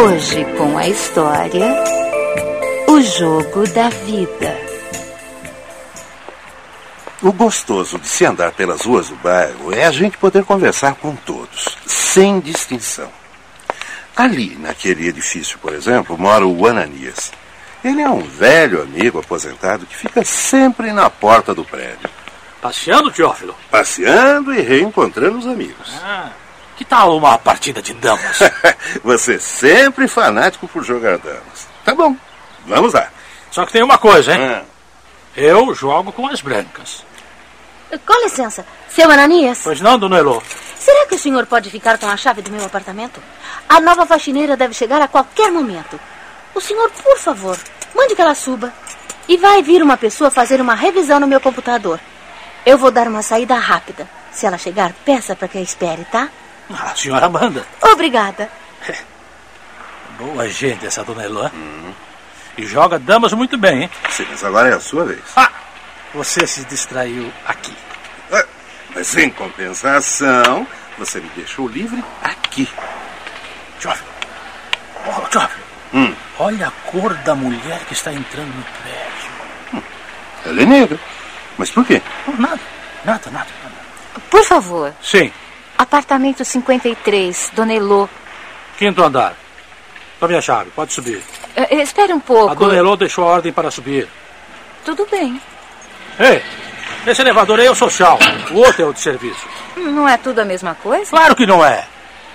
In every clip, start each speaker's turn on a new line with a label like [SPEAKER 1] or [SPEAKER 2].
[SPEAKER 1] Hoje com a história O Jogo da Vida.
[SPEAKER 2] O gostoso de se andar pelas ruas do bairro é a gente poder conversar com todos, sem distinção. Ali, naquele edifício, por exemplo, mora o Ananias. Ele é um velho amigo aposentado que fica sempre na porta do prédio,
[SPEAKER 3] Passeando, Teófilo?
[SPEAKER 2] passeando e reencontrando os amigos.
[SPEAKER 3] Ah, que tal uma partida de damas?
[SPEAKER 2] Você sempre fanático por jogar damas. Tá bom, vamos lá.
[SPEAKER 3] Só que tem uma coisa, hein? Eu jogo com as brancas.
[SPEAKER 4] Com licença, seu Ananias,
[SPEAKER 3] Pois não, Dona Elô?
[SPEAKER 4] será que o senhor pode ficar com a chave do meu apartamento? A nova faxineira deve chegar a qualquer momento. O senhor, por favor, mande que ela suba. E vai vir uma pessoa fazer uma revisão no meu computador. Eu vou dar uma saída rápida. Se ela chegar, peça para que a espere, tá?
[SPEAKER 3] Ah, A senhora manda.
[SPEAKER 4] Obrigada.
[SPEAKER 3] Boa gente essa Dona Elô. hein? E joga damas muito bem, hein?
[SPEAKER 2] Sim, mas agora é a sua vez.
[SPEAKER 3] Ah, você se distraiu aqui.
[SPEAKER 2] Ah, Mas em compensação, você me deixou livre aqui.
[SPEAKER 3] Teófilo. Oh, Teófilo.
[SPEAKER 2] Hum.
[SPEAKER 3] Olha a cor da mulher que está entrando no prédio.
[SPEAKER 2] Ela é negra. Mas por quê?
[SPEAKER 3] Oh, nada, nada, nada, nada.
[SPEAKER 1] Por favor,
[SPEAKER 3] Sim,
[SPEAKER 1] apartamento 53, Dona Elô.
[SPEAKER 3] quinto andar. Tome a chave, pode subir.
[SPEAKER 1] Eh, eh, espere um
[SPEAKER 3] A
[SPEAKER 1] pouco.
[SPEAKER 3] Dona Elô deixou a ordem para subir.
[SPEAKER 1] Tudo bem.
[SPEAKER 3] Ei, esse elevador aí é o social, o outro é o de serviço.
[SPEAKER 1] Não é tudo a mesma coisa?
[SPEAKER 3] Claro que não é.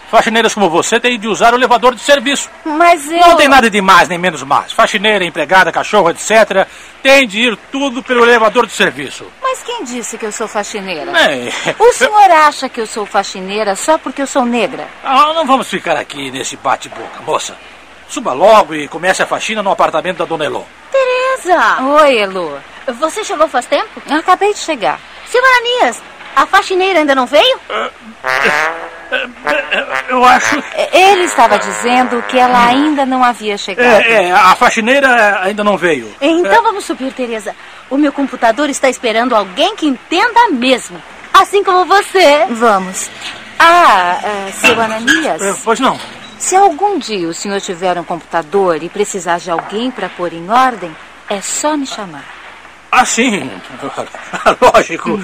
[SPEAKER 3] Faxineiras como você têm de usar o elevador de serviço.
[SPEAKER 1] Mas eu.
[SPEAKER 3] Não tem nada de mais nem menos mais. Faxineira, empregada, cachorro, etc. Tem de ir tudo pelo elevador de serviço.
[SPEAKER 1] Mas quem disse que eu sou faxineira?
[SPEAKER 3] Bem,
[SPEAKER 1] O senhor acha que eu sou faxineira só porque eu sou negra?
[SPEAKER 3] ah, não vamos ficar aqui nesse bate-boca, moça. Suba logo e comece a faxina no apartamento da Dona Elô.
[SPEAKER 4] Tereza,
[SPEAKER 1] Oi, Elô.
[SPEAKER 4] você chegou faz tempo?
[SPEAKER 1] Acabei de chegar.
[SPEAKER 4] Seu Ananias, a faxineira ainda não veio?
[SPEAKER 3] Eu acho...
[SPEAKER 1] Eh, Ele estava dizendo que ela ainda não havia chegado.
[SPEAKER 3] É, é, a faxineira ainda não veio.
[SPEAKER 4] Então vamos subir, Tereza. O meu computador está esperando alguém que entenda mesmo. Assim como você.
[SPEAKER 1] Vamos. Ah, eh, seu Ananias.
[SPEAKER 3] É, Pois não.
[SPEAKER 1] Se algum dia o senhor tiver um computador e precisar de alguém para pôr em ordem, é só me chamar.
[SPEAKER 3] Ah, sim. Lógico.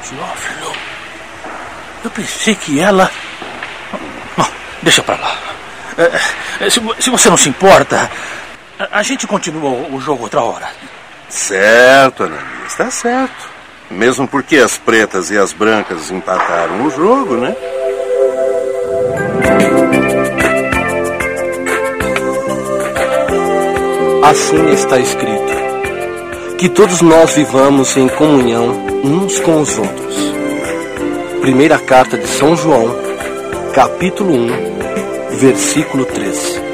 [SPEAKER 3] Teófilo, eu pensei que ela... Bom, deixa pra lá. É, é, Se, vo- se você não se importa, a- a gente continua o o jogo outra hora.
[SPEAKER 2] Certo, Ananias, tá certo. Mesmo porque as pretas e as brancas empataram o jogo, né?
[SPEAKER 5] Assim está escrito: que todos nós vivamos em comunhão uns com os outros. Primeira carta de São João, capítulo 1, versículo 3.